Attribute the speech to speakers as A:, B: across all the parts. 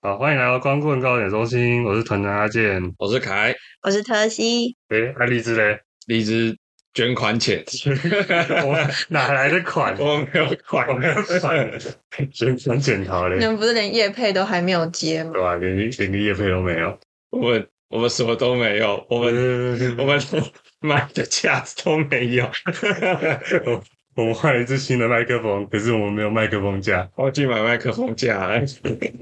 A: 好，欢迎来到光棍高点中心，我是团长阿健。
B: 我是凯，
C: 我是特西，
A: 诶，爱荔枝嘞，
B: 荔枝捐款钱，
A: 我哪来的款？
B: 我没有啊
A: 我没有款， 全全检讨嘞
C: 你，们不是连叶配都还没有接吗？
A: 对吧？连连个叶配都没有，
B: 我们我们什么都没有，我们我们 买的架子都没有，
A: 我我们换了一支新的麦克风，可是我们没有麦克风架，
B: 忘记买麦克风架了。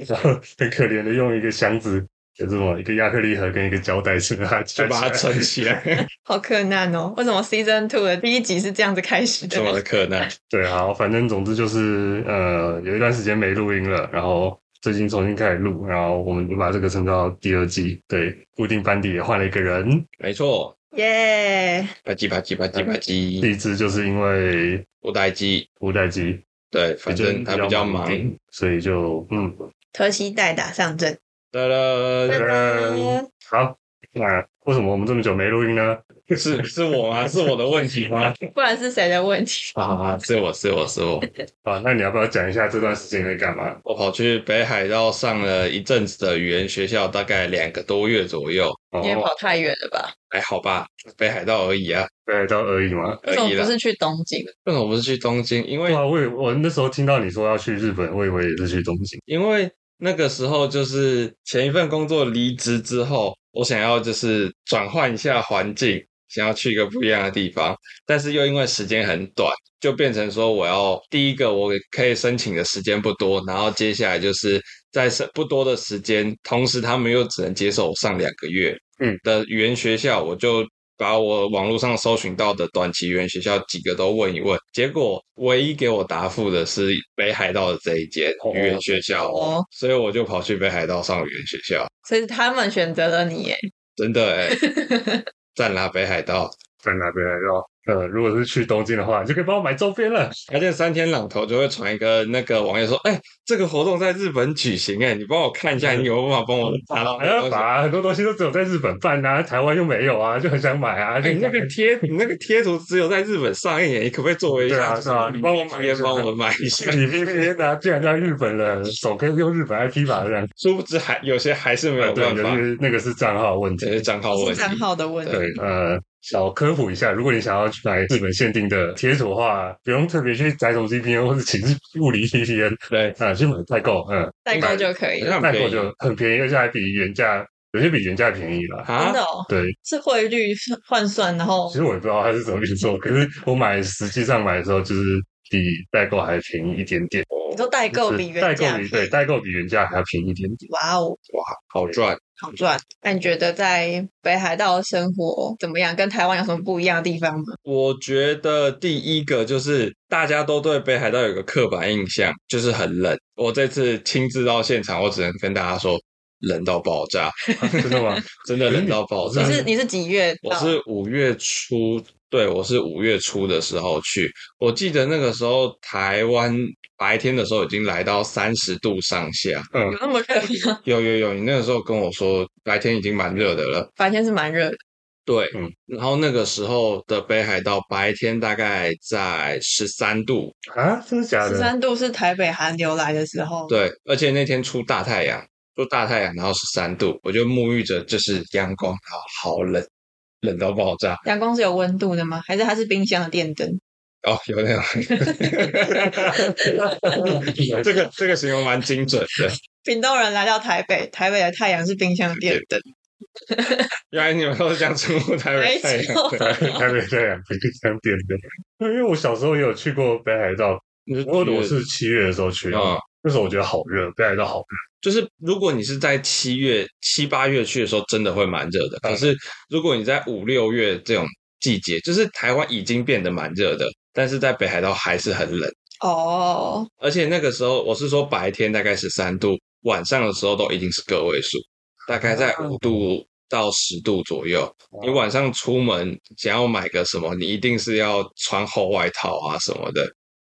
A: 然后很可怜的用一个箱子，就是什么一个亚克力盒跟一个胶带撑它，
B: 就把它
A: 撑
B: 撑起来，
C: 好困难哦！为什么 Season Two 的第一集是这样子开始
B: 怎么
C: 的？
B: 的可能？
A: 对，好，反正总之就是呃，有一段时间没录音了，然后最近重新开始录，然后我们就把这个撑到第二季，对，固定班底也换了一个人，
B: 没错，
C: 耶、
B: 吧唧吧唧吧唧吧唧，
A: 第一次就是因为
B: 不待机。
A: 五代机，
B: 对，反正他比较忙。
A: 所以就嗯，
C: 特西代打上阵，
B: 哒哒
C: 拜
B: 哒
C: 拜。
A: 好，那为什么我们这么久没录音呢？
B: 是是我吗？是我的问题吗？
C: 不然是谁的问题？
B: 啊，是我是我是我，
A: 啊，那你要不要讲一下这段时间在干嘛？
B: 我跑去北海道上了一阵子的语言学校，大概两个多月左右。
A: 哦
C: 你，也跑太远了吧？
B: 还好吧，北海道而已啊，
A: 对，到而已嘛。
B: 而
C: 为什么
B: 已
C: 不
B: 啦。
C: 是去东京？
B: 为什么不是去东京？因为
A: 哇，我以为我那时候听到你说要去日本，我以为也是去东京。
B: 因为那个时候就是前一份工作离职之后，我想要就是转换一下环境，想要去一个不一样的地方，但是又因为时间很短，就变成说我要第一个我可以申请的时间不多，然后接下来就是在是不多的时间，同时他们又只能接受我上两个月
A: 嗯
B: 的语言学校，我就。把我网络上搜寻到的短期语言学校几个都问一问，结果唯一给我答复的是北海道的这一间
A: 哦
B: 语言学校，
C: 哦
B: 所以我就跑去北海道上语言学校，
C: 所以是他们选择了你耶。
B: 真的哎、 赞啦北海道，
A: 在哪边来着？呃，如果是去东京的话，你就可以帮我买周边了。
B: 而且三天两头就会传一个那个网页说，哎、这个活动在日本举行、哎，你帮我看一下，你有没有办法帮我查到
A: 还
B: 那个
A: 要
B: 东西？
A: 把很多东西都只有在日本办啊，台湾又没有啊，就很想买啊。
B: 哎，
A: 就
B: 你那个贴，你那个贴图只有在日本上映耶，哎你可不可以作为一
A: 对
B: 下
A: 啊
B: 就是
A: 啊你帮我买一
B: 也
A: 下
B: 帮我买一下？
A: 你 PPT 啊，既然在日本了，总可以用日本 IP 吧？这样
B: 殊不知还有些还是没有
A: 啊对，
B: 办法，
A: 就是那个是账号问
B: 这
A: 题。
B: 是账号
C: 是
B: 问题。
C: 账号的问题。
A: 对，呃，小科普一下，如果你想要去买日本限定的贴图的话，啊不用特别去载什么 VPN 或者请示物理 VPN
B: 对，
A: 啊、去买代购，嗯，
C: 代购就可以了。
A: 代
B: 那很
A: 购
B: 便宜
A: 就很便宜，而且还比原价有些比原价便宜啦。
B: 啊
C: 真的，哦，
A: 对，
C: 是汇率换算，然后
A: 其实我也不知道它是怎么运作，可是我买实际上买的时候就是比代购还便宜一点点，
C: 你说代购比
A: 就是
C: 原
A: 代
C: 价
A: 购比对代购比原价还要便宜一点点。
C: 哇哦，
B: 哇，好 赚！
C: 好赚！那你觉得在北海道生活怎么样？跟台湾有什么不一样的地方吗？
B: 我觉得第一个就是大家都对北海道有个刻板印象，就是很冷。我这次亲自到现场，我只能跟大家说，冷到爆炸，
A: 啊真的吗？
B: 真的冷到爆炸
C: 你。是你是几月到？
B: 我是五月初，对我是五月初的时候去，我记得那个时候台湾白天的时候已经来到三十度上下，
C: 有那么热吗？
B: 有有有，你那个时候跟我说白天已经蛮热的了。
C: 白天是蛮热的，
B: 对，
A: 嗯
B: 然后那个时候的北海道白天大概在十三度，
A: 啊，真的假
C: 十
A: 的？
C: 三度是台北寒流来的时候。，
B: 对，而且那天出大太阳，出大太阳，然后十三度，我就沐浴着就是阳光，然后好冷，冷到爆炸
C: 阳光是有温度的吗？还是它是冰箱的电灯？
B: 哦，有 那种，这个这个形容蛮精准的，
C: 屏东人来到台北，台北的太阳是冰箱的电灯。
B: 原来你们都是这样称呼台北太
C: 没
B: 阳
C: 错
B: 的，
A: 台北这两个商店的，因为我小时候也有去过北海道，
B: 你
A: 不过我是七月的时候去的，
C: 嗯
B: 啊。
A: 那时候我觉得好热，北海道好
B: 就是如果你是在七月、七八月去的时候，真的会蛮热的。
A: 嗯
B: 可是如果你在五六月这种季节，就是台湾已经变得蛮热的，但是在北海道还是很冷。
C: 哦，
B: 而且那个时候，我是说白天大概十三度，晚上的时候都已经是个位数，大概在
C: 哦
A: 嗯
B: 五度到十度左右。你晚上出门想要买个什么，你一定是要穿厚外套啊什么的。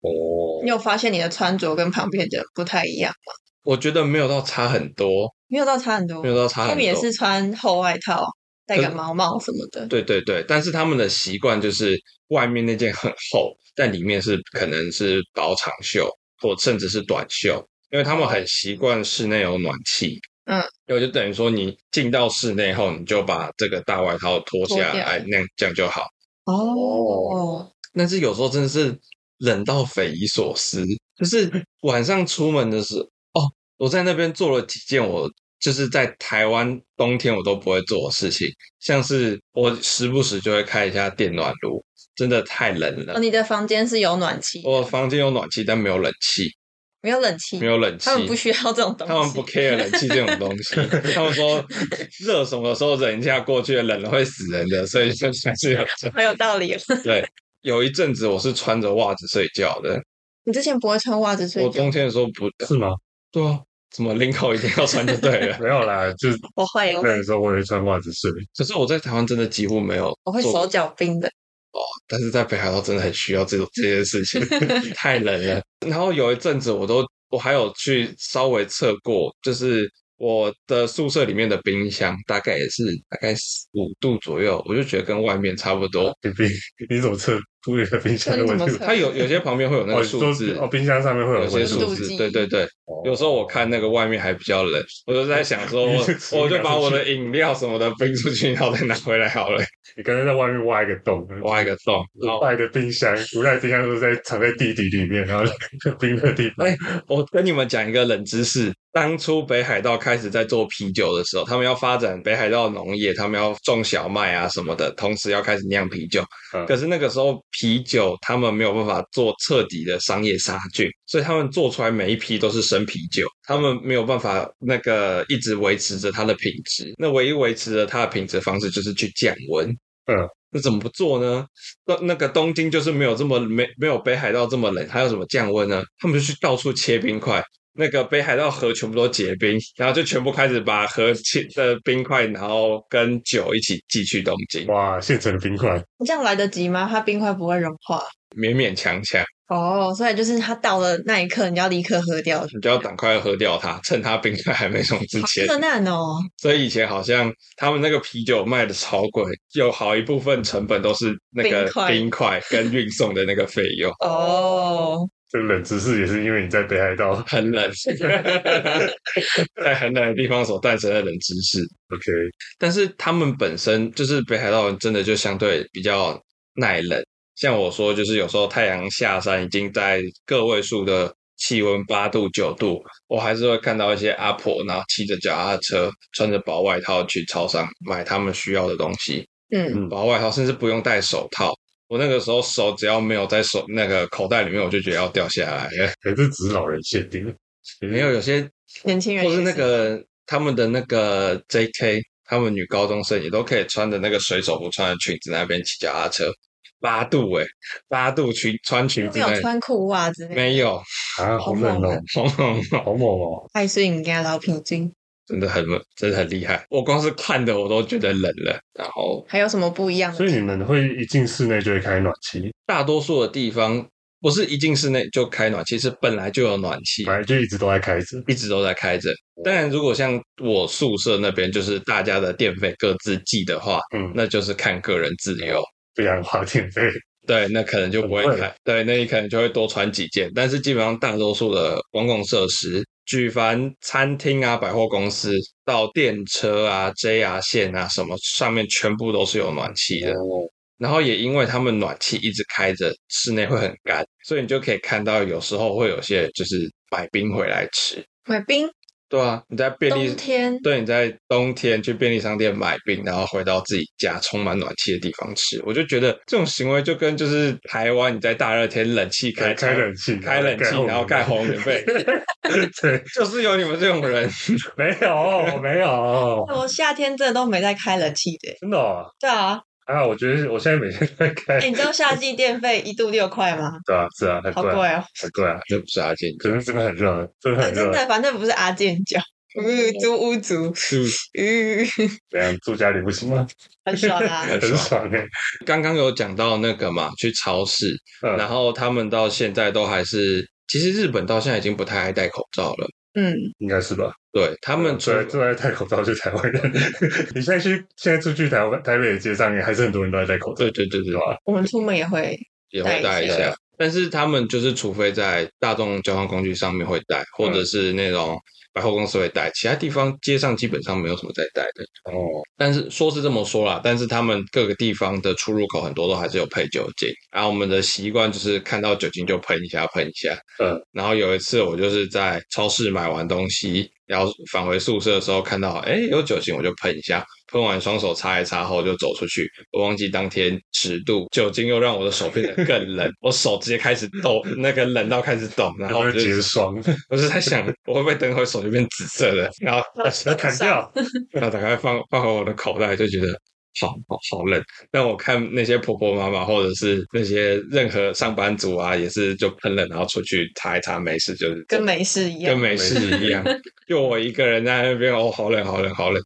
A: 哦
C: 你有发现你的穿着跟旁边的不太一样吗？
B: 我觉得没有到差很多，
C: 没有到差很多
B: 没，有到差很
C: 他
B: 多。
C: 们也是穿厚外套，戴
B: 可
C: 个
B: 是
C: 毛帽什么的。
B: 对对对，但是他们的习惯就是外面那件很厚，但里面是可能是薄长袖或甚至是短袖，因为他们很习惯室内有暖气。
C: 嗯，
B: 因为就等于说你进到室内后，你就把这个大外套脱
C: 脱
B: 下
C: 掉
B: 来，哎那样这样就好。
C: 哦，
B: 但是有时候真的是冷到匪夷所思，就是晚上出门的时候，哦，我在那边做了几件我就是在台湾冬天我都不会做的事情，像是我时不时就会开一下电暖炉，真的太冷
C: 哦，
B: 了。
C: 你的房间是有暖气，
B: 我房间有暖气，但没有冷气，
C: 没有冷气
B: 哦没，有冷气，
C: 他们不需要这种东西，
B: 他们不 care 冷气这种东西，他们说热什么时候忍一下过去，冷了会死人的，所以就还是 有这。
C: 很有道理。
B: 对，有一阵子我是穿着袜子睡觉的，
C: 你之前不会穿袜子睡
B: 我
C: 觉？
B: 冬天的时候不，
A: 是吗？
B: 对啊，怎么领口一定要穿就对了。
A: 没有啦，就是
C: 我会，
A: 那个时候我也会穿袜子睡，
B: 可是我在台湾真的几乎没有，
C: 我会手脚冰的。
B: 但是在北海道真的很需要这种这件事情，太冷了。然后有一阵子我都我还有去稍微测过，就是我的宿舍里面的冰箱大概也是大概五度左右，我就觉得跟外面差不多。
A: 你冰你怎么测不了冰箱的温
C: 那你怎么
A: 度
C: 测？
B: 它有有些旁边会有那
A: 哦，
B: 个
A: 你
B: 数
A: 说
B: 字，
A: 哦，冰箱上面会
B: 有
A: 有
B: 些
A: 温
C: 数
B: 数
A: 度，
B: 字，
C: 计
B: 对对对。
A: 哦
B: 有时候我看那个外面还比较冷，我就在想说我，我就把我的饮料什么的冰出去，然后再拿回来好了，
A: 你刚才在外面挖一个洞，
B: 挖一个洞，
A: 古
B: 然后
A: 代的冰箱，古代冰箱都是在藏在地底里面，然后 就冰在地板。
B: 我跟你们讲一个冷知识：当初北海道开始在做啤酒的时候，他们要发展北海道农业，他们要种小麦啊什么的，同时要开始酿啤酒。
A: 嗯
B: 可是那个时候啤酒他们没有办法做彻底的商业杀菌，所以他们做出来每一批都是生啤酒，他们没有办法那个一直维持着它的品质。那唯一维持着它的品质方式就是去降温。
A: 嗯。
B: 那怎么不做呢？那那个东京就是没有这么没没有北海道这么冷，还有什么降温呢？他们就去到处切冰块，那个北海道河全部都结冰，然后就全部开始把河切的冰块，然后跟酒一起寄去东
C: 哎
B: 京，
A: 哇，现成的冰块，
C: 你这样来得及吗？它冰块不会融化。
B: 勉勉强强，
C: 哦，所以就是它到了那一刻，你就要立刻喝掉，
B: 你就要赶快喝掉它，趁它冰块还没融之
C: 好
B: 前。
C: 困难哦。
B: 所以以前好像他们那个啤酒卖的超贵，有好一部分成本都是那个
C: 冰块
B: 冰块跟运送的那个费用，
C: 哦，
A: 这个冷知识也是因为你在北海道。
B: 很 冷， 在很冷的地方所诞生的冷知识。
A: OK，
B: 但是他们本身就是北海道人，真的就相对比较耐冷。像我说，就是有时候太阳下山已经在个位数的气温八度九度，我还是会看到一些阿婆，然后骑着脚踏车，穿着薄外套去超商买他们需要的东西。
C: 嗯，
A: 嗯
B: 薄外套甚至不用戴手套。我那个时候手只要没有在手那个口袋里面，我就觉得要掉下来了。
A: 可是只是老人限定，
B: 没有有些
C: 年轻人
B: 或是
C: 也
B: 那个他们的那个 J.K. 他们女高中生也都可以穿着那个水手服穿着裙子那边骑脚踏车，八度诶、八度裙穿裙
C: 都
B: 子
C: 没有
B: 那
C: 穿裤袜之类的，
B: 没有，
A: 啊，好冷哦，
B: 轰轰轰
A: 好猛哦。
C: 爱睡你家老平均，
B: 真的很真的很厉害。我光是看的我都觉得冷了。然后
C: 还有什么不一样的？
A: 所以你们会一进室内就会开暖气，
B: 大多数的地方不是一进室内就开暖气，是本来就有暖气，
A: 本来就一直都在开着。
B: 一直都在开着。当然，如果像我宿舍那边就是大家的电费各自计的话，
A: 嗯，
B: 那就是看个人自由。
A: 不然花电费。
B: 对，那可能就不会
A: 很贵
B: 开，对，那你可能就会多穿几件，但是基本上大多数的公共设施，举凡餐厅啊、百货公司到电车啊、JR 线啊什么，上面全部都是有暖气的。然后也因为他们暖气一直开着，室内会很干，所以你就可以看到有时候会有些就是买冰回来吃。
C: 买冰，
B: 对啊，你在便利
C: 冬，天
B: 对，你在冬天去便利商店买冰，然后回到自己家充满暖气的地方吃，我就觉得这种行为就跟就是台湾你在大热天冷气开
A: 开开冷气，
B: 开冷气，然后盖
A: 红
B: 红棉被，
A: 对，
B: 就是有你们这种人，
A: 没有没有，
C: 哎我夏天真的都没在开冷气的。
A: 真的哦
C: 对啊，
A: 还好，我觉得我现在每天在开
C: 哎、。你知道夏季电费一度六块吗？
A: 对啊，是啊，很
C: 好
A: 贵
C: 贵
A: 啊，
C: 哦！
A: 很贵啊，
B: 这不是阿健，
A: 可是真的很热，真的
C: 呃
A: 很
C: 真
A: 热。
C: 的，反正不是阿健讲，嗯， 租屋族，
B: 是
C: 嗯，
A: 怎样住家里不行吗？
C: 很爽啊！
A: 很爽哎。
B: 刚刚有讲到那个嘛，去超市，然
A: 嗯，
B: 后他们到现在都还是，其实日本到现在已经不太爱戴口罩了，
C: 嗯，
A: 应该是吧。
B: 对他们除
A: 出来出来戴口罩就是台湾 人。你现在去现在出去台湾台北的街上，也还是很多人都在戴口罩。
B: 对对对对，
A: 吧？
C: 我们出门也会
B: 也会戴一
C: 戴一
B: 下
C: 下，
B: 但是他们就是，除非在大众交通工具上面会带，或者是那种百货公司会带，其他地方街上基本上没有什么在带的。
A: 哦，
B: 但是说是这么说啦，但是他们各个地方的出入口很多都还是有配酒精，然后我们的习惯就是看到酒精就喷一下喷一下。
A: 嗯，
B: 然后有一次我就是在超市买完东西，然后返回宿舍的时候看到，哎，有酒精我就喷一下，喷完双手擦一擦后就走出去，我忘记当天尺度，酒精又让我的手变得更冷，我手直接开始抖，那个冷到开始抖，
A: 然
B: 然后
A: 后
B: 我就
A: 结霜，
B: 我就在想，我会不会等会手就变紫色的，然后
A: 要砍掉，
B: 然后打开放放回我的口袋，就觉得好好好冷。但我看那些婆婆妈妈或者是那些任何上班族啊，也是就喷了，然后出去擦一擦，没事就是
C: 跟没事一
B: 跟
C: 样。
B: 没事 一样。就我一个人在那边，哦，好冷，好冷，好冷。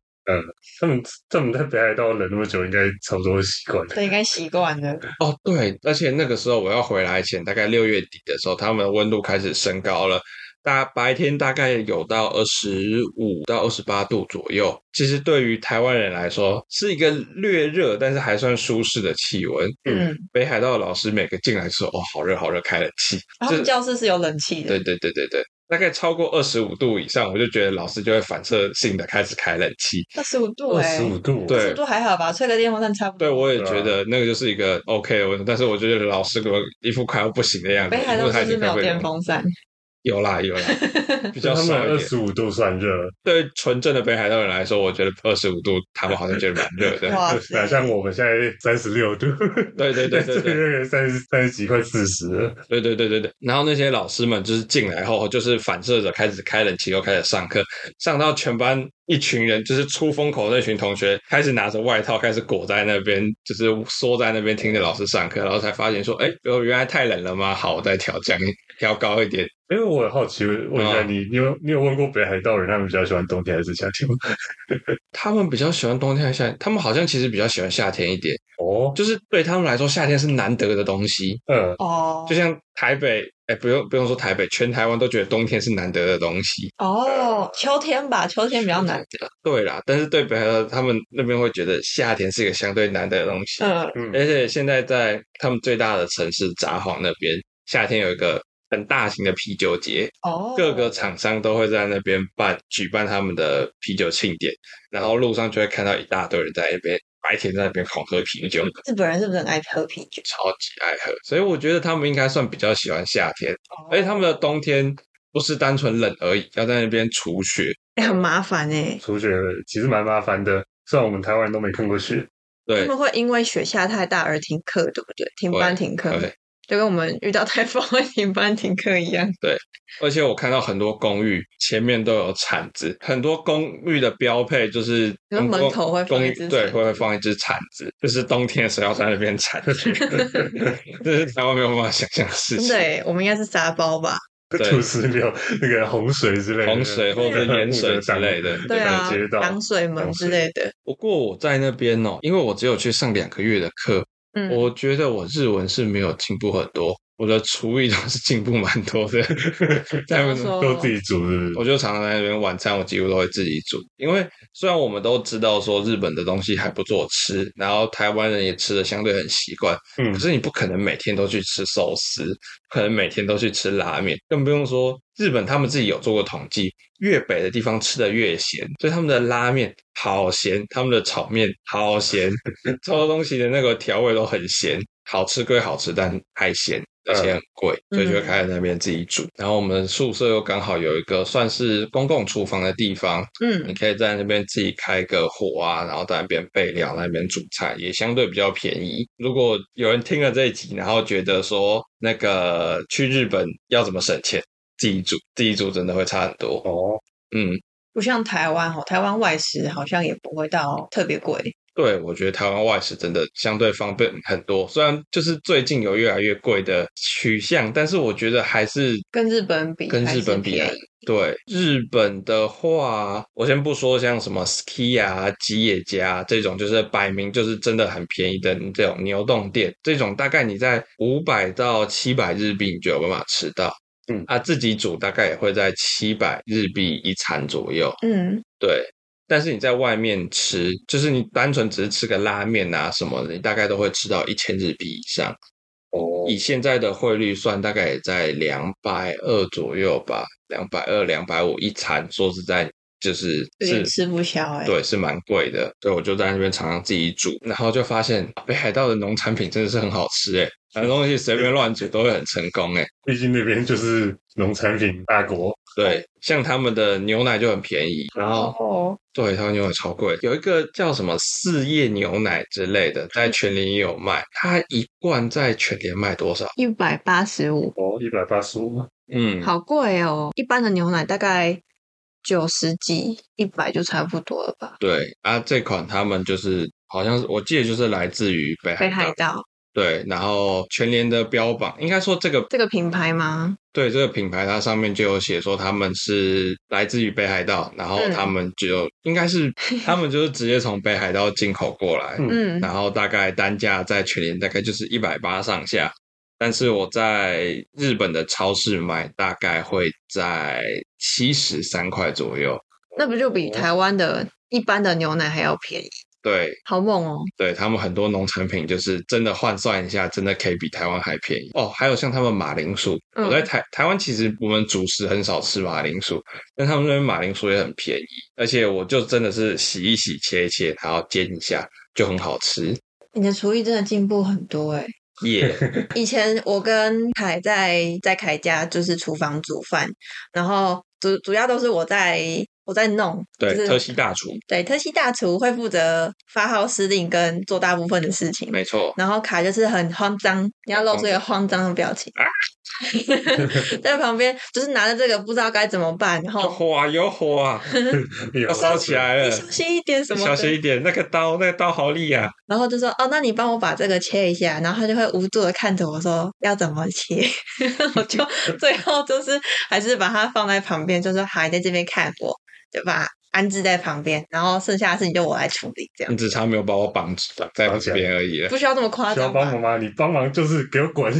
A: 他们他们在北海道冷那么久，应该差不多习惯了。
C: 这应该习惯了，
B: 哦，对，而且那个时候我要回来前，大概六月底的时候，他们的温度开始升高了。大白天大概有到二十五到二十八度左右，其实对于台湾人来说是一个略热，但是还算舒适的气温。
C: 嗯，
B: 北海道的老师每个进来说：“哦，好热，好热，开冷气。
C: 然后他
B: 这
C: 们教室是有冷气”的
B: 对，对对对对，大概超过二十五度以上，我就觉得老师就会反射性的开始开冷气。
C: 二十五度
A: 二
C: 哎、
A: 十五度，
B: 对
C: 二十五度还好吧，吹个电风扇差不多。
B: 对，我也
A: 对啊
B: 觉得那个就是一个 OK 的温度，但是我就觉得老师给我一副快要不行的样子，
C: 北海
B: 因
C: 道
B: 为他已
C: 就是
B: 经
C: 没有
B: 快被
C: 电风扇，
B: 有啦有 啦，比
A: 就
B: 较
A: 他们
B: 少一
A: 二
B: 点。
A: 十五度算热，
B: 对纯正的北海道人来说，我觉得二十五度他们好像觉得蛮热的。
C: 哇
A: 哪
C: 塞！
A: 像我们现在三十六度，
B: 对对对对
A: 最
B: 对。
A: 热三十三十几快四十了，
B: 对对对对对，然后那些老师们就是进来后，就是反射着开始开冷气，又开始上课，上到全班一群人，就是出风口那群同学，开始拿着外套开始裹在那边，就是缩在那边听着老师上课，然后才发现说，哎，原原来太冷了吗？好，我再调降调高一点。
A: 因为我很好奇，问一下
B: 啊
A: 你，你有你有问过北海道人他们比较喜欢冬天还是夏天吗？
B: 他们比较喜欢冬天还是夏天？他们好像其实比较喜欢夏天一点，
A: 哦，
B: 就是对他们来说，夏天是难得的东西。
A: 嗯，
C: 哦
B: 就像台北，哎，不用不用说台北，全台湾都觉得冬天是难得的东西。
C: 哦，秋天吧，秋天比较难。
B: 对啦，但是对北海道他们那边会觉得夏天是一个相对难得的东西，
C: 嗯，
A: 嗯
B: 而且现在在他们最大的城市札幌那边，夏天有一个很大型的啤酒节，
C: 哦，
B: 各个厂商都会在那边办举办他们的啤酒庆典，然后路上就会看到一大堆人在那边白天在那边狂喝啤酒，
C: 日本人是不是很爱喝啤酒？
B: 超级爱喝，所以我觉得他们应该算比较喜欢夏天，
C: 哦
B: 而且他们的冬天不是单纯冷而已，要在那边除雪，
C: 哎、很麻烦哎、
A: 除雪其实蛮麻烦的，虽然我们台湾人都没看过雪，
C: 他
B: 对
C: 们会因为雪下太大而停课，对不对？停班停课，
B: 对。
C: 就跟我们遇到台风会停班停课一样。
B: 而且我看到很多公寓前面都有铲子，很多公寓的标配就是嗯
C: 然后
B: 公
C: 门口会放
B: 公
C: 一
B: 寓
C: 只
B: 对
C: 铲
B: 会会放一只铲子，就是冬天的时候要在那边 铲雪，这是台湾没有办法想象的事
C: 真
B: 情。
C: 的哎、我们应该是沙包吧？
B: 对
A: 土石流、那个洪水之类的，
B: 洪水或者是淹水之类的
C: 对啊
A: 街道，，
C: 挡水门之类的。
B: 不过我在那边哦，因为我只有去上两个月的课，
C: 嗯，
B: 我觉得我日文是没有进步很多，我的厨艺倒是进步蛮多的。 在
C: 怎么说
A: 都自己煮是不
B: 我
A: 是
B: 就常常在那边晚餐，我几乎都会自己煮，因为虽然我们都知道说日本的东西还不错吃，然后台湾人也吃的相对很习惯，
A: 嗯
B: 可是你不可能每天都去吃寿司，不可能每天都去吃拉面，更不用说日本他们自己有做过统计，越北的地方吃的越咸，所以他们的拉面好咸，他们的炒面好咸，超多东西的那个调味都很咸，好吃归好吃，但太咸。而且很贵，所以就会开始在那边自己煮。然后我们宿舍又刚好有一个算是公共厨房的地方，你
C: 嗯，
B: 可以在那边自己开个火啊，然后在那边备料，在那边煮菜，也相对比较便宜。如果有人听了这一集，然后觉得说那个去日本要怎么省钱，自己煮，自己煮真的会差很多。
A: 哦，
B: 嗯，
C: 不像台湾哦，台湾外食好像也不会到特别贵。
B: 对，我觉得台湾外食真的相对方便很多，虽然就是最近有越来越贵的取向，但是我觉得还是
C: 跟日本比
B: 跟
C: 还
B: 日
C: 是
B: 本比啊
C: 便
B: 来
C: 宜
B: 对日本的话，我先不说像什么 Ski 啊、吉野家这种，就是摆明就是真的很便宜的这种牛洞店，这种大概你在五百到七百日币你就有办法吃到。
A: 嗯
B: 啊，自己煮大概也会在七百日币一餐左右。
C: 嗯，
B: 对，但是你在外面吃，就是你单纯只是吃个拉面啊什么的，你大概都会吃到一千日币以上。
A: 哦
B: 以现在的汇率算，大概也在两百二左右吧，两百二、两百五一餐。说实在，就是
C: 有
B: 是
C: 点吃不消哎、
B: 对，是蛮贵的。对，我就在那边常常自己煮，然后就发现啊北海道的农产品真的是很好吃诶，很多东西随便乱煮都会很成功欸诶。
A: 毕竟那边就是农产品大国，
B: 对，像他们的牛奶就很便宜，然后
C: 哦，
B: 对他们牛奶超贵，有一个叫什么四叶牛奶之类的，在全联也有卖，它一罐在全联卖多少？
C: 一百八十五，
A: 哦，一百八十五，
B: 嗯，
C: 好贵哦。一般的牛奶大概九十几，一百就差不多了吧。
B: 对啊，这款他们就是好像是我记得就是来自于北海
C: 北
B: 道，
C: 海道
B: 对，然后全联的标榜，应该说这个
C: 这个品牌吗？
B: 对这个品牌，它上面就有写说他们是来自于北海道，然后
C: 嗯
B: 他们就、应该是他们就是直接从北海道进口过来，
A: 嗯
C: 嗯，
B: 然后大概单价在全联大概就是一百八上下，但是我在日本的超市买大概会在七十三块左右。
C: 那不就比
B: 哦
C: 台湾的一般的牛奶还要便宜？
B: 对
C: 好猛哦！
B: 对，他们很多农产品就是真的换算一下，真的可以比台湾还便宜哦。还有像他们马铃薯，
C: 嗯
B: 我在台台湾其实我们主食很少吃马铃薯，但他们那边马铃薯也很便宜，而且我就真的是洗一洗、切一切，然后煎一下就很好吃。
C: 你的厨艺真的进步很多哎。
B: 耶、
C: 以前我跟凯在在凯家就是厨房煮饭，然后主主要都是我在我在弄，
B: 对，
C: 就是
B: 特西大厨，
C: 对特西大厨会负责发号施令跟做大部分的事情，
B: 没错。
C: 然后凯就是很慌张，你要露出一个慌张的表情，
B: 啊
C: 在旁边就是拿着这个不知道该怎么办，然
B: 有
C: 后
B: 火啊，有火啊！
A: 哎
B: 要烧起来了，
C: 小心一点什么
B: 小
C: 的，
B: 心一点，那个刀，那个刀好利啊！
C: 然后就说哦，那你帮我把这个切一下，然后他就会无助的看着我说要怎么切， 我 就最后就是还是把它放在旁边，就说好，你在这边看我，就把它安置在旁边，然后剩下的事情就我来处理，这样
B: 你只差没有把我绑住绑在旁边而已了。
C: 不需要这么夸
A: 嗯需要
C: 张
A: 帮
C: 吧
A: 忙？吗？你帮忙就是给我滚！
C: 毕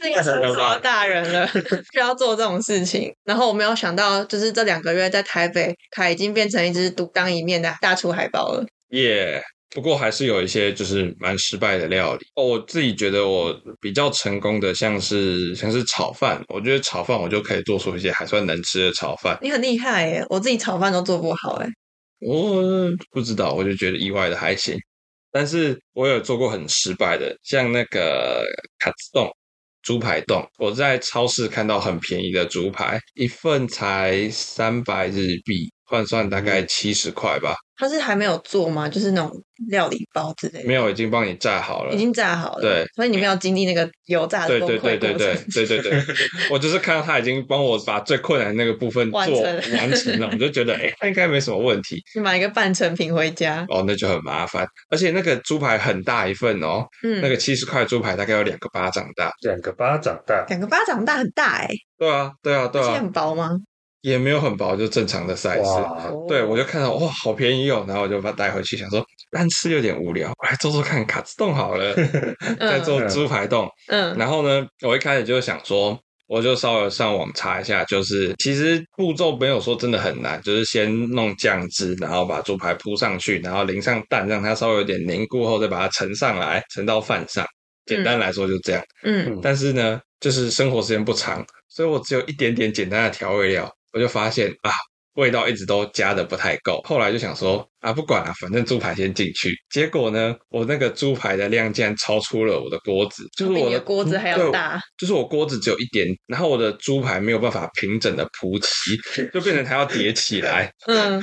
C: 竟也是成熟的大人了，需要做这种事情。然后我没有想到，就是这两个月在台北，凯已经变成一只独当一面的大厨海豹了。
B: 耶、不过还是有一些就是蛮失败的料理哦。我自己觉得我比较成功的像是像是炒饭，我觉得炒饭我就可以做出一些还算能吃的炒饭。
C: 你很厉害耶，我自己炒饭都做不好哎。
B: 我不知道，我就觉得意外的还行。但是我有做过很失败的，像那个卡子冻、猪排冻，我在超市看到很便宜的猪排，一份才三百日币，换算大
C: 嗯
B: 概七十块吧。
C: 它是还没有做吗？就是那种料理包之类的，
B: 没有，已经帮你炸好了
C: 已。经炸好了。
B: 对，
C: 所以你没有经历那个油炸的
B: 对
C: 崩
B: 对对
C: 溃
B: 对
C: 过
B: 对
C: 程。
B: 对对对，我就是看到他已经帮我把最困难的那个部分做
C: 完成
B: 完成了，我就觉得哎，诶他应该没什么问题。
C: 你买一个半成品回家，
B: 哦，那就很麻烦，而且那个猪排很大一份哦，
C: 嗯，
B: 那个七十块猪排大概有两个巴掌大。
A: 两个巴掌大，
C: 两个巴掌大很大哎、
B: 对啊，对啊，对
C: 而且
B: 啊
C: 很，哦薄吗？
B: 也没有很薄，就正常的 size。
A: 哇！
B: 对，我就看到哇，好便宜哦，然后我就把它带回去，想说单吃有点无聊，我来做做看卡子冻好了，再做猪排冻。
C: 嗯
B: 然后呢，我一开始就想说，我就稍微上网查一下，就是其实步骤没有说真的很难，就是先弄酱汁，然后把猪排铺上去，然后淋上蛋，让它稍微有点凝固后，再把它盛上来，盛到饭上。简单来说就这样。
C: 嗯
B: 但是呢，就是生活时间不长，所以我只有一点点简单的调味料，我就发现啊，味道一直都加的不太够。后来就想说啊，不管了、反正猪排先进去。结果呢，我那个猪排的量竟然超出了我的锅子，就是
C: 比
B: 我
C: 你的锅子还要，大
B: 对就是我锅子只有一点，然后我的猪排没有办法平整的铺 齐，就变成它要叠起来。
C: 嗯，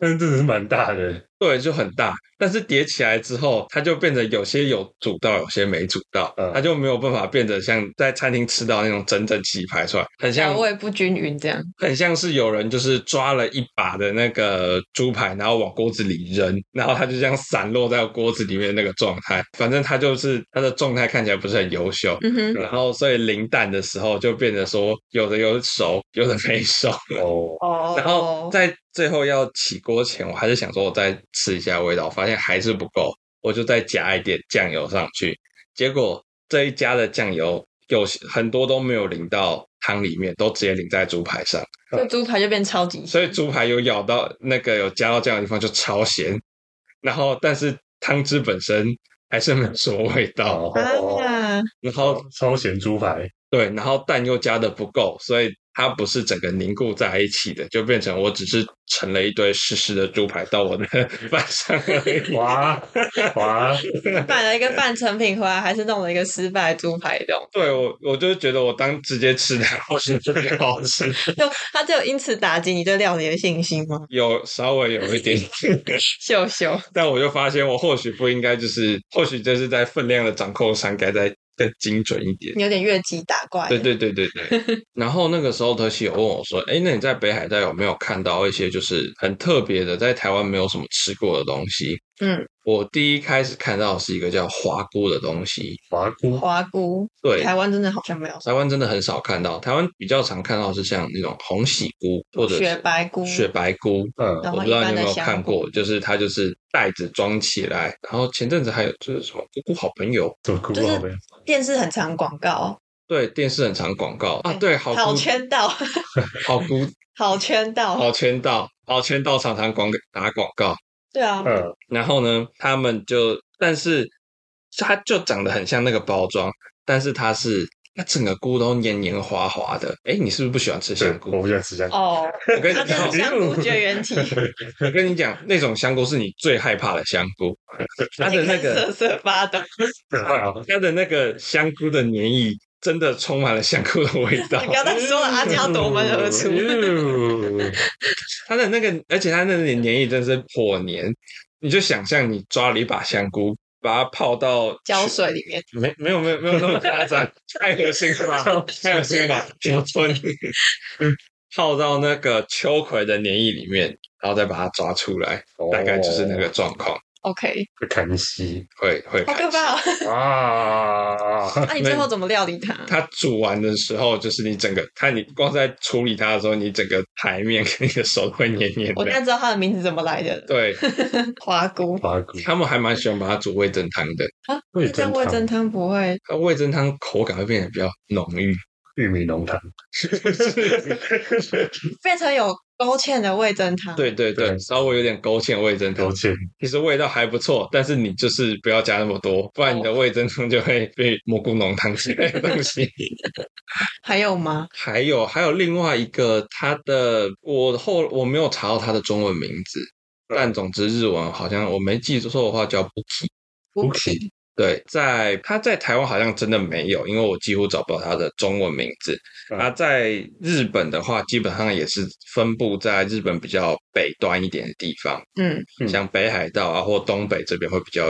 A: 但是真的是蛮大的，
B: 对，就很大，但是叠起来之后，它就变得有些有煮到，有些没煮到，
A: 嗯
B: 它就没有办法变得像在餐厅吃到那种整整齐排出来，很像
C: 调味不均匀这样。
B: 很像是有人就是抓了一把的那个猪排，然后往锅子里扔，然后它就这样散落在锅子里面那个状态。反正它就是它的状态看起来不是很优秀，
C: 嗯哼，
B: 然后所以淋蛋的时候就变得说有的有熟，有的没熟。
A: 哦，
C: 哦，
B: 然后在最后要起锅前，我还是想说我再吃一下味道，发现还是不够，我就再加一点酱油上去。结果这一加的酱油有些很多都没有淋到汤里面，都直接淋在猪排上，
C: 这猪排就变超级
B: 所以猪排有咬到那个有加到酱油的地方就超咸，然后但是汤汁本身还是没有什么味道。
A: 哦，
C: 啊，啊，
B: 然后
A: 超咸猪排，
B: 对，然后蛋又加的不够，所以它不是整个凝固在一起的，就变成我只是盛了一堆湿湿的猪排到我的 饭上而已。
A: 哇 哇，
C: 办了一个半成品回来，还是弄了一个失败的猪排冻，
B: 对我，我就觉得我当直接吃的，我觉得特别好吃，
C: 就他就因此打击你对料理的信心吗？
B: 有稍微有一点，
C: 秀秀，
B: 但我就发现我或许不应该，就是或许就是在分量的掌控上该再更精准一点。
C: 你有点越级打怪。
B: 对对对对对。然后那个时候，德西有问我说：“哎，那你在北海道有没有看到一些就是很特别的，在台湾没有什么吃过的东西
C: 嗯，？”
B: 我第一开始看到的是一个叫花菇的东西，
A: 华菇
C: 花菇，
B: 对，
C: 台湾真的好像没有
B: 台湾真的很少看到，台湾比较常看到是像那种红喜菇或者是
C: 雪白菇，
B: 雪白菇。
A: 嗯，
C: 然
B: 我
C: 后
B: 不
C: 一
B: 知道你
C: 般
B: 有没
C: 的
B: 有
C: 香
B: 看
C: 菇，
B: 过，就是它就是袋子装起来，然后前阵子还有就是什么“姑姑好朋友
A: 怎么菇
C: 就是
A: 好呗？
C: 电视很常广告，”，
B: 对，电视很常广告啊，
C: 对
B: 对，好
C: 哎好
B: 菇，
C: 圈哦到，
B: 好 菇，
C: 好圈到，
B: 好圈道，好圈道常常广打广告，
C: 对啊，
A: 嗯，
B: 然后呢，他们就，但是它就长得很像那个包装，但是它是它整个菇都黏黏滑滑的。哎，你是不是不喜欢吃
A: 对
B: 香，菇？
A: 我不喜欢吃 香菇，
C: 哦，
B: 我跟你
C: 它就
B: 讲
C: 是，香菇绝缘体，
B: 我跟你讲，那种香菇是你最害怕的香菇， 它的那个
C: 瑟瑟发抖，
A: 啊
B: 它的那个香菇的黏液真的充满了香菇的味道
C: 你。不要再说了，阿金要夺门而出。
B: 嗯
A: 哟
B: 它的那个，而且它那个黏液真是火黏，你就想象你抓了一把香菇，把它泡到
C: 胶水里面，
B: 没没有没有没有那么夸张， 太恶心了吧， 太恶心了吧，平吞，泡到那个秋葵的黏液里面，然后再把它抓出来，
C: 哦
A: 哦
B: 大概就是那个状况，
C: ，OK，
A: 砍西
B: 会会
C: 好
B: 开
C: 可
B: 始。
C: 怕、哦。
A: 啊，
C: 那、你最后怎么料理它？
B: 它煮完的时候，就是你整个，看你光在处理它的时候，你整个台面跟你的手都会黏黏
C: 我现
B: 的。
C: 在知道它的名字怎么来的，
B: 对
C: 花菇。
A: 华菇
B: 他们还蛮喜欢把它煮味噌汤的，
C: 那这样味噌汤不会
B: 它味噌汤口感会变得比较浓郁。
A: 玉米浓汤，
C: 变成有勾芡的味噌汤？，
B: 对对对，
A: 对
B: 稍微有点勾芡味噌汤
A: 勾。芡
B: 其实味道还不错，但是你就是不要加那么多，不然你的味噌汤就会被蘑菇浓汤之类的东西。
C: 还有吗？
B: 还有还有另外一个，它的我后我没有查到它的中文名字，但总之日文好像我没记错的话叫 Buki。
A: 不起，
B: 对，在它在台湾好像真的没有，因为我几乎找不到它的中文名字。
A: 嗯
B: 啊，在日本的话，基本上也是分布在日本比较北端一点的地方。
C: 嗯，
A: 嗯
B: 像北海道啊或东北这边会比较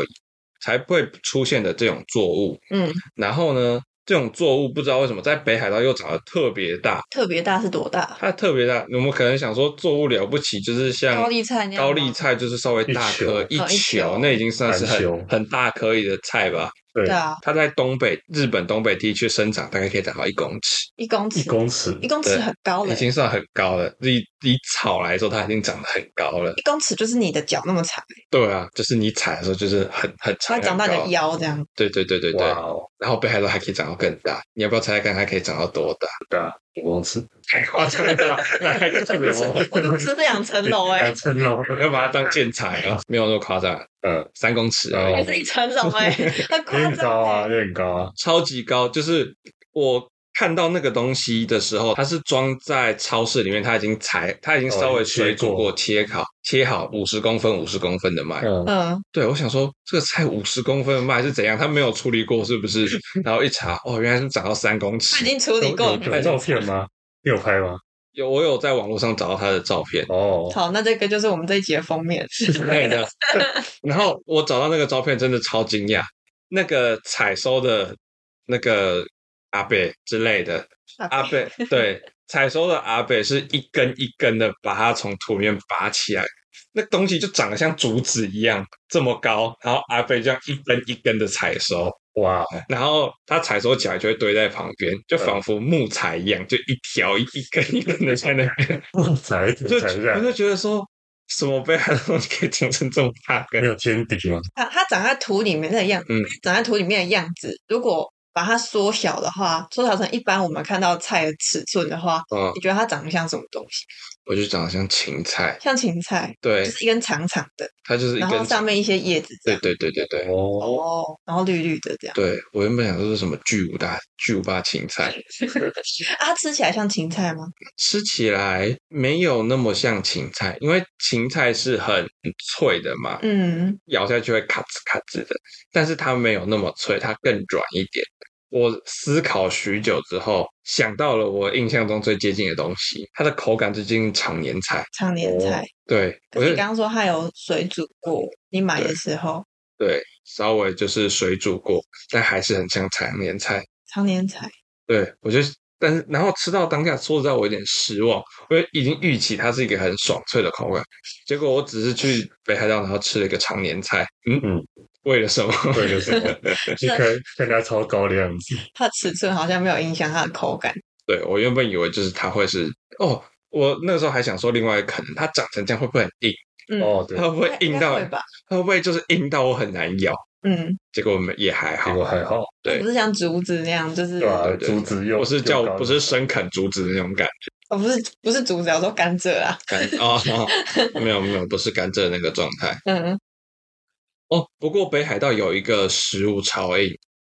B: 才不会出现的这种作物。
C: 嗯，
B: 然后呢，这种作物不知道为什么在北海道又长得特别大，
C: 特别大是多大？
B: 它特别大。我们可能想说作物了不起，就是像
C: 高丽菜那样吗
B: 高丽菜就是稍微大颗
C: 一球哦一
B: 球
C: 球，
B: 那已经算是
A: 半球
B: 很很大颗粒的菜吧。
C: 对啊，
B: 它在东北日本东北地区生长，大概可以长到一公尺，
C: 一公尺，
A: 一公尺，
C: 一公尺
B: 对
C: 很高了
B: 已，经算很高了。以以草来说，它已经长得很高了
C: 一。公尺就是你的脚那么长，
B: 对啊，就是你采的时候就是很很长，
C: 它长到你
B: 很高
C: 的腰这样。
B: 对对对对对，
A: 哇哦，
B: 然后北海道还可以长到更大，你要不要猜猜看它可以长到多 大？
A: 五公尺，
B: 太夸张了吧，那还特别猛，
C: 我都吃两层楼哎、
A: 两层楼，
B: 要把它当建材啊？呃没有那么夸张，
A: 嗯，
B: 三公尺而已，
C: 还是一层楼 哎、很
A: 有
C: 夸
A: 点高
C: 张、
A: 啊，
C: 欸。
A: 有点高啊，
B: 超级高。就是我看到那个东西的时候，它是装在超市里面，它已经裁，它已经稍微水煮过、
A: 哦
B: 切好、切好五十公分、五十公分的卖。
A: 嗯，
C: 嗯，
B: 对，我想说这个菜五十公分的卖是怎样？它没有处理过是不是？ 然后一查，哦，原来是长到三公
C: 它
B: 尺
C: 已。经处理过
A: 有
C: 了。
A: 有照片吗？你有拍吗？
B: 有，我有在网络上找到它的照片。
A: 哦，
C: 好，那这个就是我们这一集的封 面。
B: 之类的。然后我找到那个照片，真的超惊讶。那个采收的那个阿贝之类的阿贝，对，采收的阿贝是一根一根的把它从土里面拔起来，那东西就长得像竹子一样这么高，然后阿贝这样一根一根的采收，
A: 哇，
B: 然后它采收起来就会堆在旁边，就仿佛木材一样，就一条一一根一根的在那边。
A: 踩一
B: 就
A: 点，踩一下
B: 我，就觉得说，什么北海道可以长成这么大
A: 没
B: 根？
A: 有天敌吗？
C: 它它长在土里面的样，
B: 嗯
C: 长在土里面的样子，如果把它缩小的话，缩小成一般我们看到菜的尺寸的话，
B: 嗯，
C: 你觉得它长得像什么东西？
B: 我就长得像芹菜，
C: 像芹菜，就
B: 对，
C: 是一根长长的，
B: 它就是一
C: 然后
B: 根，
C: 上面一些叶子
B: 对
C: 这样，
B: 对对对对
A: 哦，
C: 哦，然后绿绿的这样，
B: 对，我原本想说是什么巨无霸巨无霸芹 菜，
C: 啊，它吃起来像芹菜吗？
B: 吃起来没有那么像芹菜，因为芹菜是很很脆的嘛，
C: 嗯，
B: 咬下去会咔吱咔吱的，但是它没有那么脆，它更软一点。我思考许久之后，想到了我印象中最接近的东西，它的口感最接近常年菜。
C: 常年菜。
B: 对，我觉
C: 可是你
B: 得
C: 刚刚说它有水煮过，你买的时候
B: 对，稍微就是水煮过，但还是很像常年菜。
C: 常年菜，
B: 对我就，但是然后吃到当下，说实在我有点失望，我已经预期它是一个很爽脆的口感，结果我只是去北海道然后吃了一个常年菜，嗯
A: 嗯
B: 嗯，为了什么？
A: 对，就是 去看看它超高的样子，
C: 它的尺寸好像没有影响它的口感。
B: 对我原本以为就是它会是哦，我那个时候还想说另外一个可能，它长成这样会不会很硬？
C: 嗯，
A: 哦，对，
B: 它会不会
C: 应
B: 硬
C: 该
B: 到？
C: 会吧？
B: 它会不会就是硬到我很难咬？
C: 嗯，
B: 结果没也还好
A: 结，果还好，
B: 对
C: 不是像竹子那样，就是
A: 对吧
B: 对？对
A: 竹子又
B: 我是叫
A: 又高
B: 不 是生啃竹子的那种感
C: 哦，不是不是竹子啊，我说甘蔗啊。
B: 感哦，哦没有没有，不是甘蔗的那个状态。
C: 嗯，
B: 哦，不过北海道有一个食物超硬，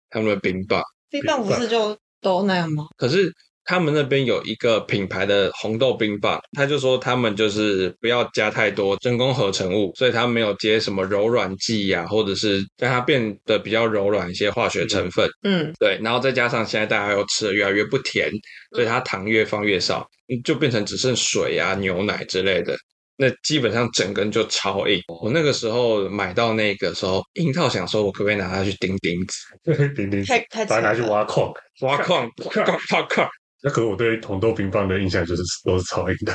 B: 他们的冰棒，
C: 冰棒不
A: 棒
C: 是就都那样吗？
B: 可是他们那边有一个品牌的红豆冰棒，他就说他们就是不要加太多真空合成物，所以他没有接什么柔软剂呀、或者是让它变得比较柔软一些化学成分。
C: 嗯，
B: 对，然后再加上现在大家又吃的越来越不甜，所
C: 嗯
B: 以它糖越放越少，嗯就变成只剩水啊、牛奶之类的。那基本上整根就超硬。我那个时候买到那个时候，硬到想说，我可不可以拿它去钉钉 子、
A: 顶顶，
C: 太太
A: 把它拿去
C: 扯了
A: 挖矿。
B: 挖矿、 挖矿、挖矿？
A: 那可是我对红豆冰棒的印象就是都是超硬的。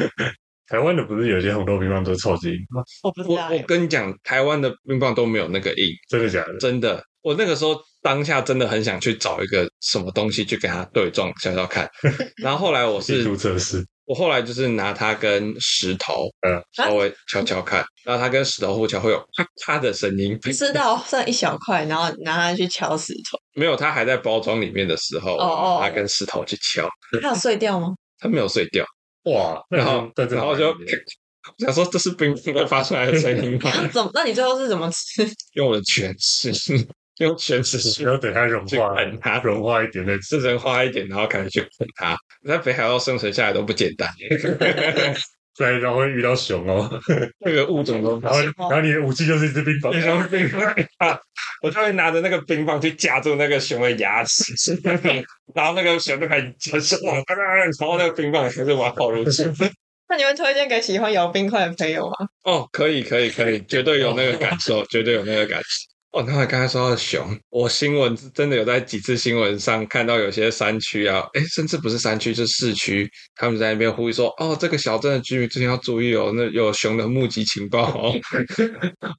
A: 台湾的不是有些红豆冰棒都是超级硬吗？
C: 我不知
B: 我
C: 道
B: 我
C: 欸，
B: 跟你讲，台湾的冰棒都没有那个硬，
A: 真的假的？
B: 真的。我那个时候当下真的很想去找一个什么东西去跟它对撞，想要 看。然后后来我
A: 技
B: 是
A: 术测试，
B: 我后来就是拿它跟石头，
A: 嗯
B: 稍微敲敲看，然后它跟石头互敲会有咔咔的声音。
C: 吃到剩一小块，然后拿它去敲 石头，
B: 没有，它还在包装里面的时候，
C: 哦哦
B: 它跟石头去敲，
C: 它有碎掉吗？
B: 它没有碎掉。
A: 哇！ 那
B: 然后
A: 就，但
B: 然后就
A: 真的蛮硬的
B: 我想说这是冰冰会发出来的声音吗？
C: 怎么？那你最后是怎么吃？
B: 用我的拳式，用拳式去
A: 要等它融
B: 去
A: 化，
B: 啃它，
A: 融化一点再吃。
B: 是人花一点，然后开始去啃它。在北海道生存下来都不简单，
A: 不然然后会遇到熊 哦，
B: 那个物种都
A: 然后
C: 熊哦猫
A: 然后你的武器就是一只冰棒
B: 那，种冰棒啊，我就会拿着那个冰棒去夹住那个熊的牙齿， 然后那个熊就开始尖叫，
A: 哦啊
B: 然后那个冰棒还是往后入去。
C: 那你会推荐给喜欢咬冰块的朋友吗？
B: 哦，可以，可以，可以，绝对有那个感受，绝对有那个感受。哦，那刚才说到熊，我新闻是真的有在几次新闻上看到有些山区啊，诶，甚至不是山区，是市区，他们在那边呼吁说，哦，这个小镇的居民最近要注意哦，那有熊的目击情报哦。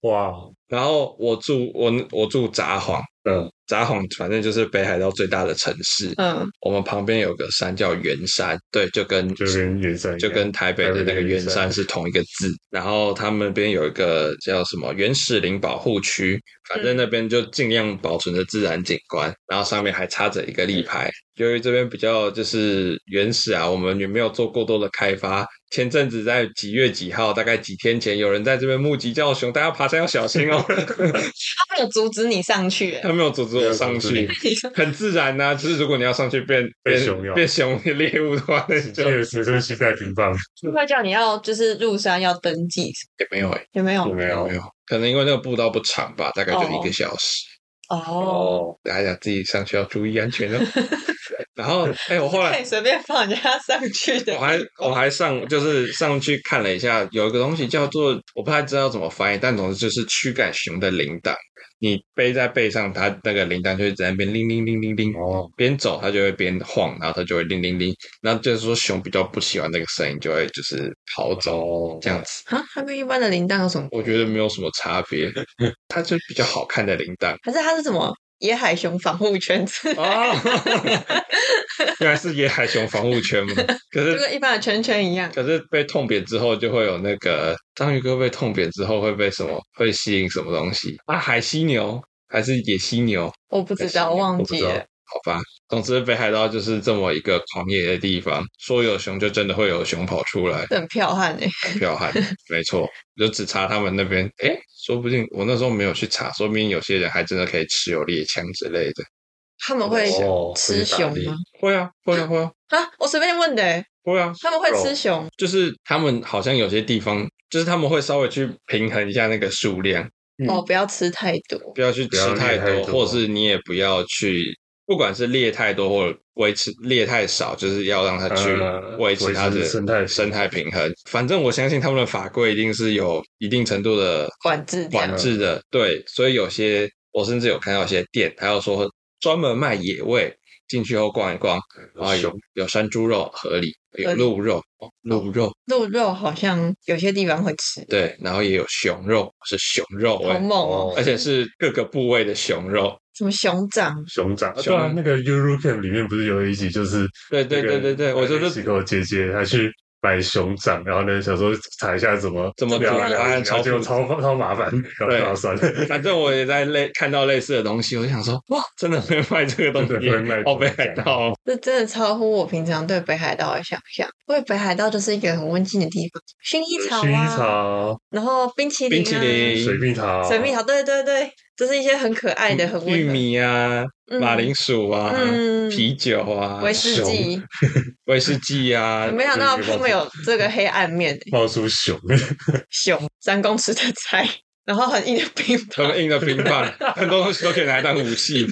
A: 哇！
B: 然后我住我我住札幌，
A: 嗯，
B: 札幌反正就是北海道最大的城市，
C: 嗯，
B: 我们旁边有个山叫圆山，对，就跟
A: 就跟原山一样
B: 就跟台北的那个圆山是同一个字。然后他们那边有一个叫什么原始林保护区，反正那边就尽量保存着自然景观，然后上面还插着一个立牌。由于这边比较就是原始啊，我们也没有做过多的开发。前阵子在几月几号，大概几天前，有人在这边目击叫熊，大家爬山要小心 哦。
C: 它没有阻止你上去 欸，
B: 他没有阻止我上去，
C: 你说
B: 很自然呐、就是如果你要上去变
A: 被
B: 变
A: 熊咬
B: 变熊猎物的话，那你就
A: 这个随身携带冰棒，
C: 会叫你要就是入山要登记，
B: 也没有哎、
C: 有没有
A: 有？ 没有
B: 没？有，可能因为那个步道不长吧，大概就
C: 哦
B: 一个小时。
C: 哦，
B: 大家自己上去要注意安 全哦。然后，哎、我后
C: 可
B: 来
C: 以随便放人家上去的
B: 我。还我还上就是上去看了一下，有一个东西叫做我不太知道怎么翻译，但总之就是驱赶熊的铃铛，你背在背上，它那个铃铛就会在那边铃铃铃铃铃。
A: 哦，
B: 边走它就会边晃，然后它就会铃铃铃，然后就是说熊比较不喜欢那个声音，就会就是跑走
A: 哦，
B: 这样子。
C: 啊，它跟一般的铃铛有什么？
B: 我觉得没有什么差 别，它就比较好看的铃铛。
C: 还是它是什么野海熊防护 圈子，
B: 哦， 原来是野海熊防护圈嘛。可
C: 就是跟一般的圈圈一样。
B: 可是被痛扁之后，就会有那个章鱼哥被痛扁之后会被什么？会吸引什么东西啊？海犀牛还是野犀牛？
C: 我不知道，
B: 哎我
C: 忘
B: 不
C: 记
B: 知道
C: 了。
B: 好吧，总之北海道就是这么一个狂野的地方，说有熊就真的会有熊跑出来，
C: 很彪悍哎、
B: 很彪 悍，没错，就只查他们那边，哎，说不定我那时候没有去查，说不定有些人还真的可以持有猎枪之类的。
C: 他们会
A: 哦
C: 吃熊
B: 会打猎
C: 吗？
B: 会啊，会啊，会啊，
C: 啊，我随便问的、欸，
B: 会啊，
C: 他们会吃熊？
B: 就是他们好像有些地方，就是他们会稍微去平衡一下那个数量，
A: 嗯
C: 哦，不要吃太多。
B: 不要去吃
A: 不要猎
B: 太多，
A: 太多
B: 或者是你也不要去，不管是猎太多或者维持猎太少，就是要让它去
A: 呃
B: 维持它的
A: 维持生态平衡
B: 生态平衡。反正我相信他们的法规一定是有一定程度的
C: 管制这样
B: 管制
A: 嗯
B: 的，对，所以有些我甚至有看到一些店，还有说专门卖野味。进去后逛一逛，然后有
A: 熊
B: 有山猪肉合理，有
C: 合理
B: 鹿肉，哦鹿肉
C: 鹿肉好像有些地方会吃，
B: 对，然后也有熊肉，是熊肉
C: 好
B: 哎、
C: 猛哦、
B: 而且是各个部位的熊肉。
C: 什么熊掌？
A: 熊掌，啊对
B: 熊
A: 啊，那个 Euro Camp 里面不是有一集就是
B: 对对对对对，我觉得
A: 几个姐姐她去买熊掌，然后呢想说查一下怎么
B: 怎么
A: 聊
B: 煮
A: 啊聊
B: 啊
A: 啊，
B: 超
A: 超就
B: 复杂
A: 超超麻烦，
B: 对
A: 然后算了，
B: 反正我也在类看到类似的东西，我就想说，哇，真的会卖这个东
A: 真
B: 西
A: 的会卖，
B: 哦，北海道
C: 这真的超乎我平常对北海道的想象。因为北海道就是一个很温馨的地方，薰衣草
A: 薰
C: 啊，
A: 衣草、
C: 然后冰淇淋、啊、
B: 冰淇淋哦
A: 水蜜桃、
C: 水蜜桃，对对对，就是一些很可爱的、很温
B: 玉
C: 和
B: 米啊、
C: 嗯
B: 马铃薯啊、
C: 嗯
B: 啤酒啊、
C: 威士 忌。
B: 威士忌啊，
C: 没想到他们有这个黑暗面，
A: 冒出熊，
C: 熊三公尺的菜，然后很硬的 冰
B: 很
C: 棒，
B: 硬的冰棒， 很多东西都可以拿来当武器。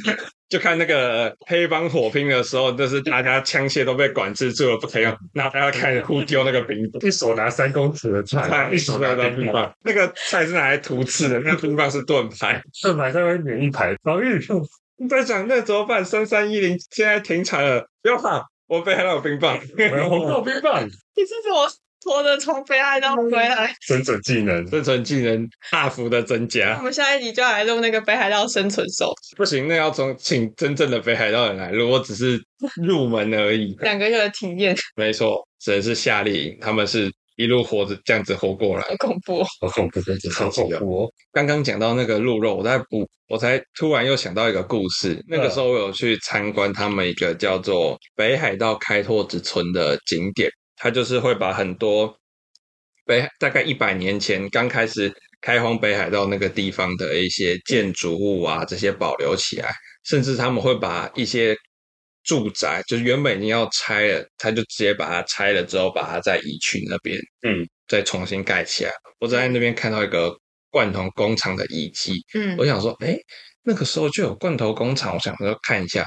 B: 就看那个黑帮火拼的时候，就是大家枪械都被管制住了，不可以用，拿大家开始互丢那个冰棒。
A: 一手拿三公尺的菜，一手拿冰棒，，
B: 那个菜是拿来涂刺的，那个冰棒是盾牌。
A: 正牌上面连一排，然后一直
B: 你在想那怎么办？三三一零现在停产了，不要怕，我北海道有冰棒。
A: 我要红豆冰 棒，
C: 你是怎么拖着从北海道回来？
A: 生存技能
B: 生存技能大幅的增
C: 我
B: 加，
C: 们下一集就要来录那个北海道生存手册，
B: 不行，那要从请真正的北海道人来录，我只是入门而已。
C: 两个月的体验，
B: 没错，只能是夏令营，他们是一路活着这样子活过来。
C: 很恐怖哦。
A: 好恐怖，好恐怖哦！
B: 刚刚讲到那个鹿肉，我在补，我才突然又想到一个故事。那个时候我有去参观他们一个叫做北海道开拓之村的景点，它就是会把很多北大概一百年前刚开始开荒北海道那个地方的一些建筑物啊这些保留起来，甚至他们会把一些住宅，就是原本已经要拆了，他就直接把它拆了之后，把它再移去那边，
A: 嗯，
B: 再重新盖起来。我在那边看到一个罐头工厂的遗迹，
C: 嗯
B: 我想说，哎，那个时候就有罐头工厂，我想说看一下，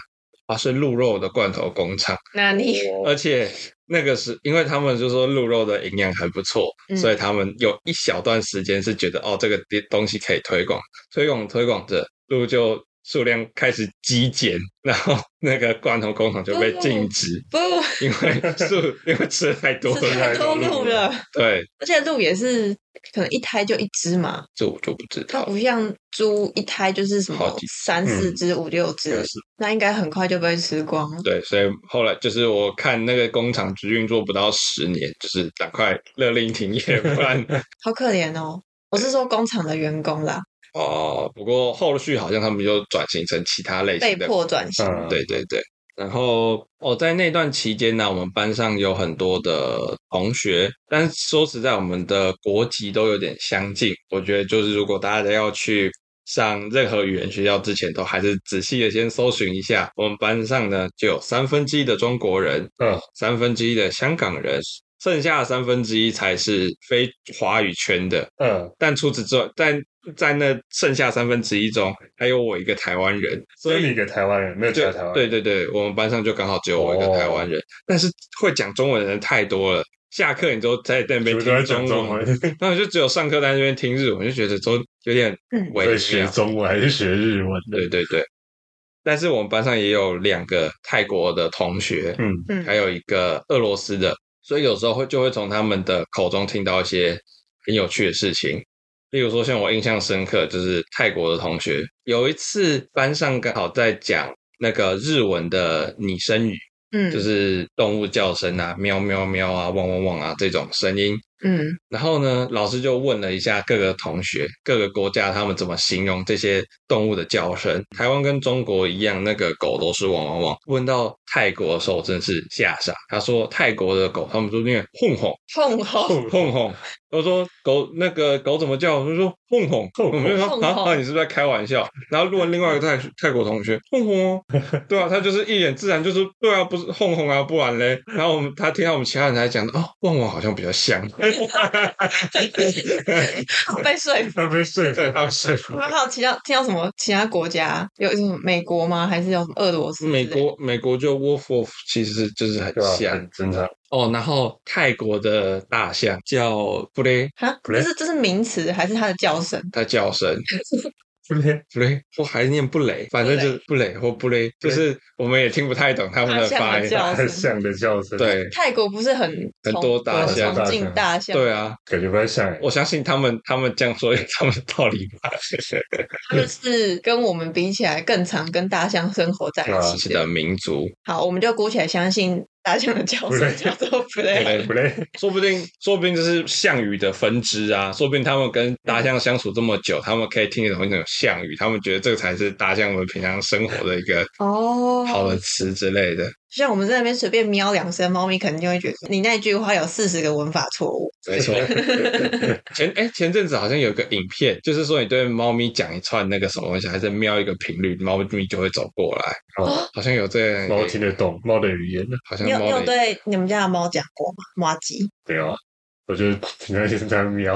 B: 啊，是鹿肉的罐头工厂，
C: 那你
B: 而且那个是因为他们就说鹿肉的营养很不错，
C: 嗯
B: 所以他们有一小段时间是觉得哦，这个地东西可以推广，推广推广着鹿就数量开始激减，然后那个罐头工厂就
C: 哦
B: 被禁止，
C: 不
B: 因 为 数因为吃的太多
C: 吃
B: 了，
C: 太多鹿了，
B: 对，
C: 而且鹿也是可能一胎就一只嘛，
B: 这我就不知
C: 它
B: 道了。
C: 不像猪一胎就是什么
B: 好几嗯
C: 三四只、五六只，那应该很快就被吃光。
B: 对，所以后来就是我看那个工厂只运作不到十年，就是赶快勒令停业，不然
C: 好可怜哦！我是说工厂的员工啦，
B: 哦，不过后续好像他们就转型成其他类
C: 被
B: 型的。
C: 迫转型。
A: 嗯，
B: 对对对。然后哦，在那段期间呢，我们班上有很多的同学，但是说实在，我们的国籍都有点相近。我觉得就是如果大家要去上任何语言学校之前，都还是仔细的先搜寻一下。我们班上呢，就有三分之一的中国人，
A: 嗯，
B: 三分之一的香港人，剩下的三分之一才是非华语圈的。
A: 嗯，
B: 但除此之外，但在那剩下三分之一中，还有我一个台湾人，
A: 所以你一个台湾人没有其
B: 就
A: 他台湾
B: 对
A: 人，哦
B: 对对，我们班上就刚好只有我一个台湾人，但是会讲中文的人太多了。下课你都在那
A: 全
B: 边
A: 部都在
B: 听
A: 讲
B: 中
A: 中
B: 文，
A: 文，
B: 那我就只有上课在那边听日文，就觉得都有点
C: 嗯
B: 微
A: 所以学
B: 妙。
A: 中文还是学日文的？
B: 对对对，但是我们班上也有两个泰国的同学，
A: 嗯，
C: 嗯
B: 还，有一个俄罗斯的，所以有时候会就会从他们的口中听到一些很有趣的事情。例如说，像我印象深刻就是泰国的同学，有一次班上刚好在讲那个日文的拟声语，
C: 嗯，
B: 就是动物叫声啊，喵喵喵啊，汪汪汪啊这种声音。
C: 嗯
B: 然后呢，老师就问了一下各个同学、各个国家他们怎么形容这些动物的叫声。台湾跟中国一样，那个狗都是汪汪汪。问到泰国的时候，我真是吓傻。他说泰国的狗，他们都念哄哄
C: 碰哦红，
A: 哦
B: 哄哄。我说狗那个狗怎么叫？我就说哄哄。
A: 哄
B: 我
A: 哄
B: 们就
C: 哄
B: 说啊
C: 哄
B: 啊，你是不是在开玩笑？然后问另外一个泰泰国同学哄哄哦，对啊，他就是一脸自然，就是对啊，不是哄哄啊，不然嘞。然后我们他听到我们其他人才讲的哦，旺旺好像比较像。
C: 被说服。
A: 他被说服，他被说服
C: 我。还有其他听到什么其他国家有什么美国吗？还是有什么俄罗斯之
B: 美
C: 类的？
B: 国美国就 Wolf Wolf 其实就是很
A: 对啊吧？
B: 像、
A: 很正常。
B: 哦，然后泰国的大象叫布雷，
C: 啊，
A: 不对
C: 这是这是名词还是它的叫声？
B: 它叫声
A: 不对，
B: 布雷，或还念布雷，反正就是布雷或布雷，就是我们也听不太懂他们
C: 大
B: 的
C: 象
B: 发
C: 的
B: 音。
C: 叫
A: 大
C: 声。
A: 象的叫声，，
B: 对
C: 泰国不是很
B: 很
C: 崇
B: 多大
A: 象
C: 崇敬大象，
B: 对啊，
A: 感觉不太像欸。
B: 我相信他们他们这样说有他们的道理吧。
C: 它就是跟我们比起来更常跟大象生活在
A: 对啊
C: 一
B: 自
C: 起
B: 己的民族，
C: 好，我们就姑且相信大象的叫声
A: Play
C: 叫 做 play。
B: 对
A: 不对，
B: 说不定说不定这是项羽的分支啊，说不定他们跟大象相处这么久，他们可以听得懂那种项羽，他们觉得这个才是大象我们平常生活的一个
C: 哦，
B: 好的词之类的。
C: 像我们在那边随便喵两声，猫咪可能就会觉得你那句话有四十个文法错误。
B: 没错，前哎、前阵子好像有个影片，就是说你对猫咪讲一串那个什么东西，还是瞄一个频率，猫咪就会走过来。
A: 哦，
B: 好像有这样一个，
A: 猫听得懂猫的语言的，
B: 好像
C: 你有你
B: 猫
C: 有
B: 的
C: 对你们家的猫讲过吗？猫鸡，
A: 对啊。我就平常就是在喵，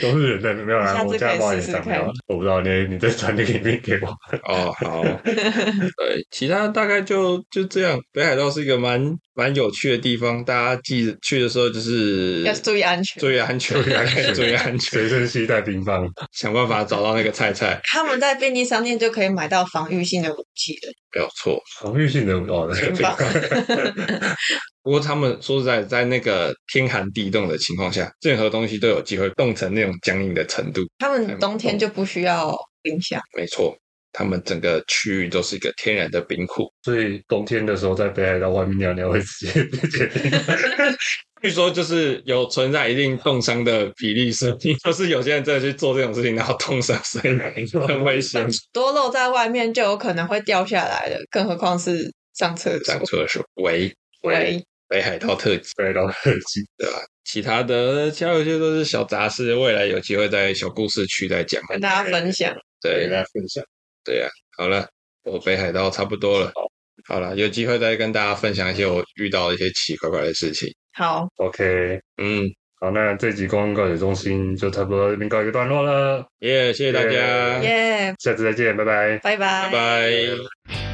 A: 都是人在喵
C: 下
A: 啊！
C: 次
A: 我家
C: 可以
A: 猫也
C: 试试
A: 在
C: 看
A: 喵，我不知道你你再传那个影片给我。
B: 哦，好，对，其他大概就就这样。北海道是一个蛮蛮有趣的地方，大家记得去的时候就是
C: 要注意安全。
B: 注意安全，
A: 注意安全
B: 注意安
A: 随
B: 全，
A: 身携带冰棒，
B: 想办法找到那个菜菜，
C: 他们在便利商店就可以买到防御性的武器了。
B: 没有错。
A: 防御性的哦，
C: 冰棒
B: 不过他们说实在，在那个天寒地冻的情况下，任何东西都有机会冻成那种僵硬的程度。
C: 他们冬天就不需要冰箱，
B: 没错，他们整个区域都是一个天然的冰库。
A: 所以冬天的时候在北海道外面尿尿会直接 结冰。
B: 据说就是有存在一定冻伤的比例是， 就是有些人真的去做这种事情，然后冻伤，所以 很危险。
C: 多露在外面就有可能会掉下来了，更何况是上厕所
B: 上。厕所，喂，
C: 喂，
B: 北海道特辑，
A: 北海道很近，
B: 其他的其他有些都是小杂事，未来有机会在小故事区再讲。
C: 跟大家分享，
A: 给
B: 对，
A: 大家分享。
B: 对呀、好了，我北海道差不多了。好了，有机会再跟大家分享一些我遇到的一些奇奇怪怪的事情。
C: 好，
A: OK，
B: 嗯，
A: 好，那这集公共告解中心就差不多已经告一个段落了，
B: 耶、谢谢大家，
C: 耶，
A: 下次再见，拜拜。
C: 拜
B: 拜
C: 拜，
B: 拜。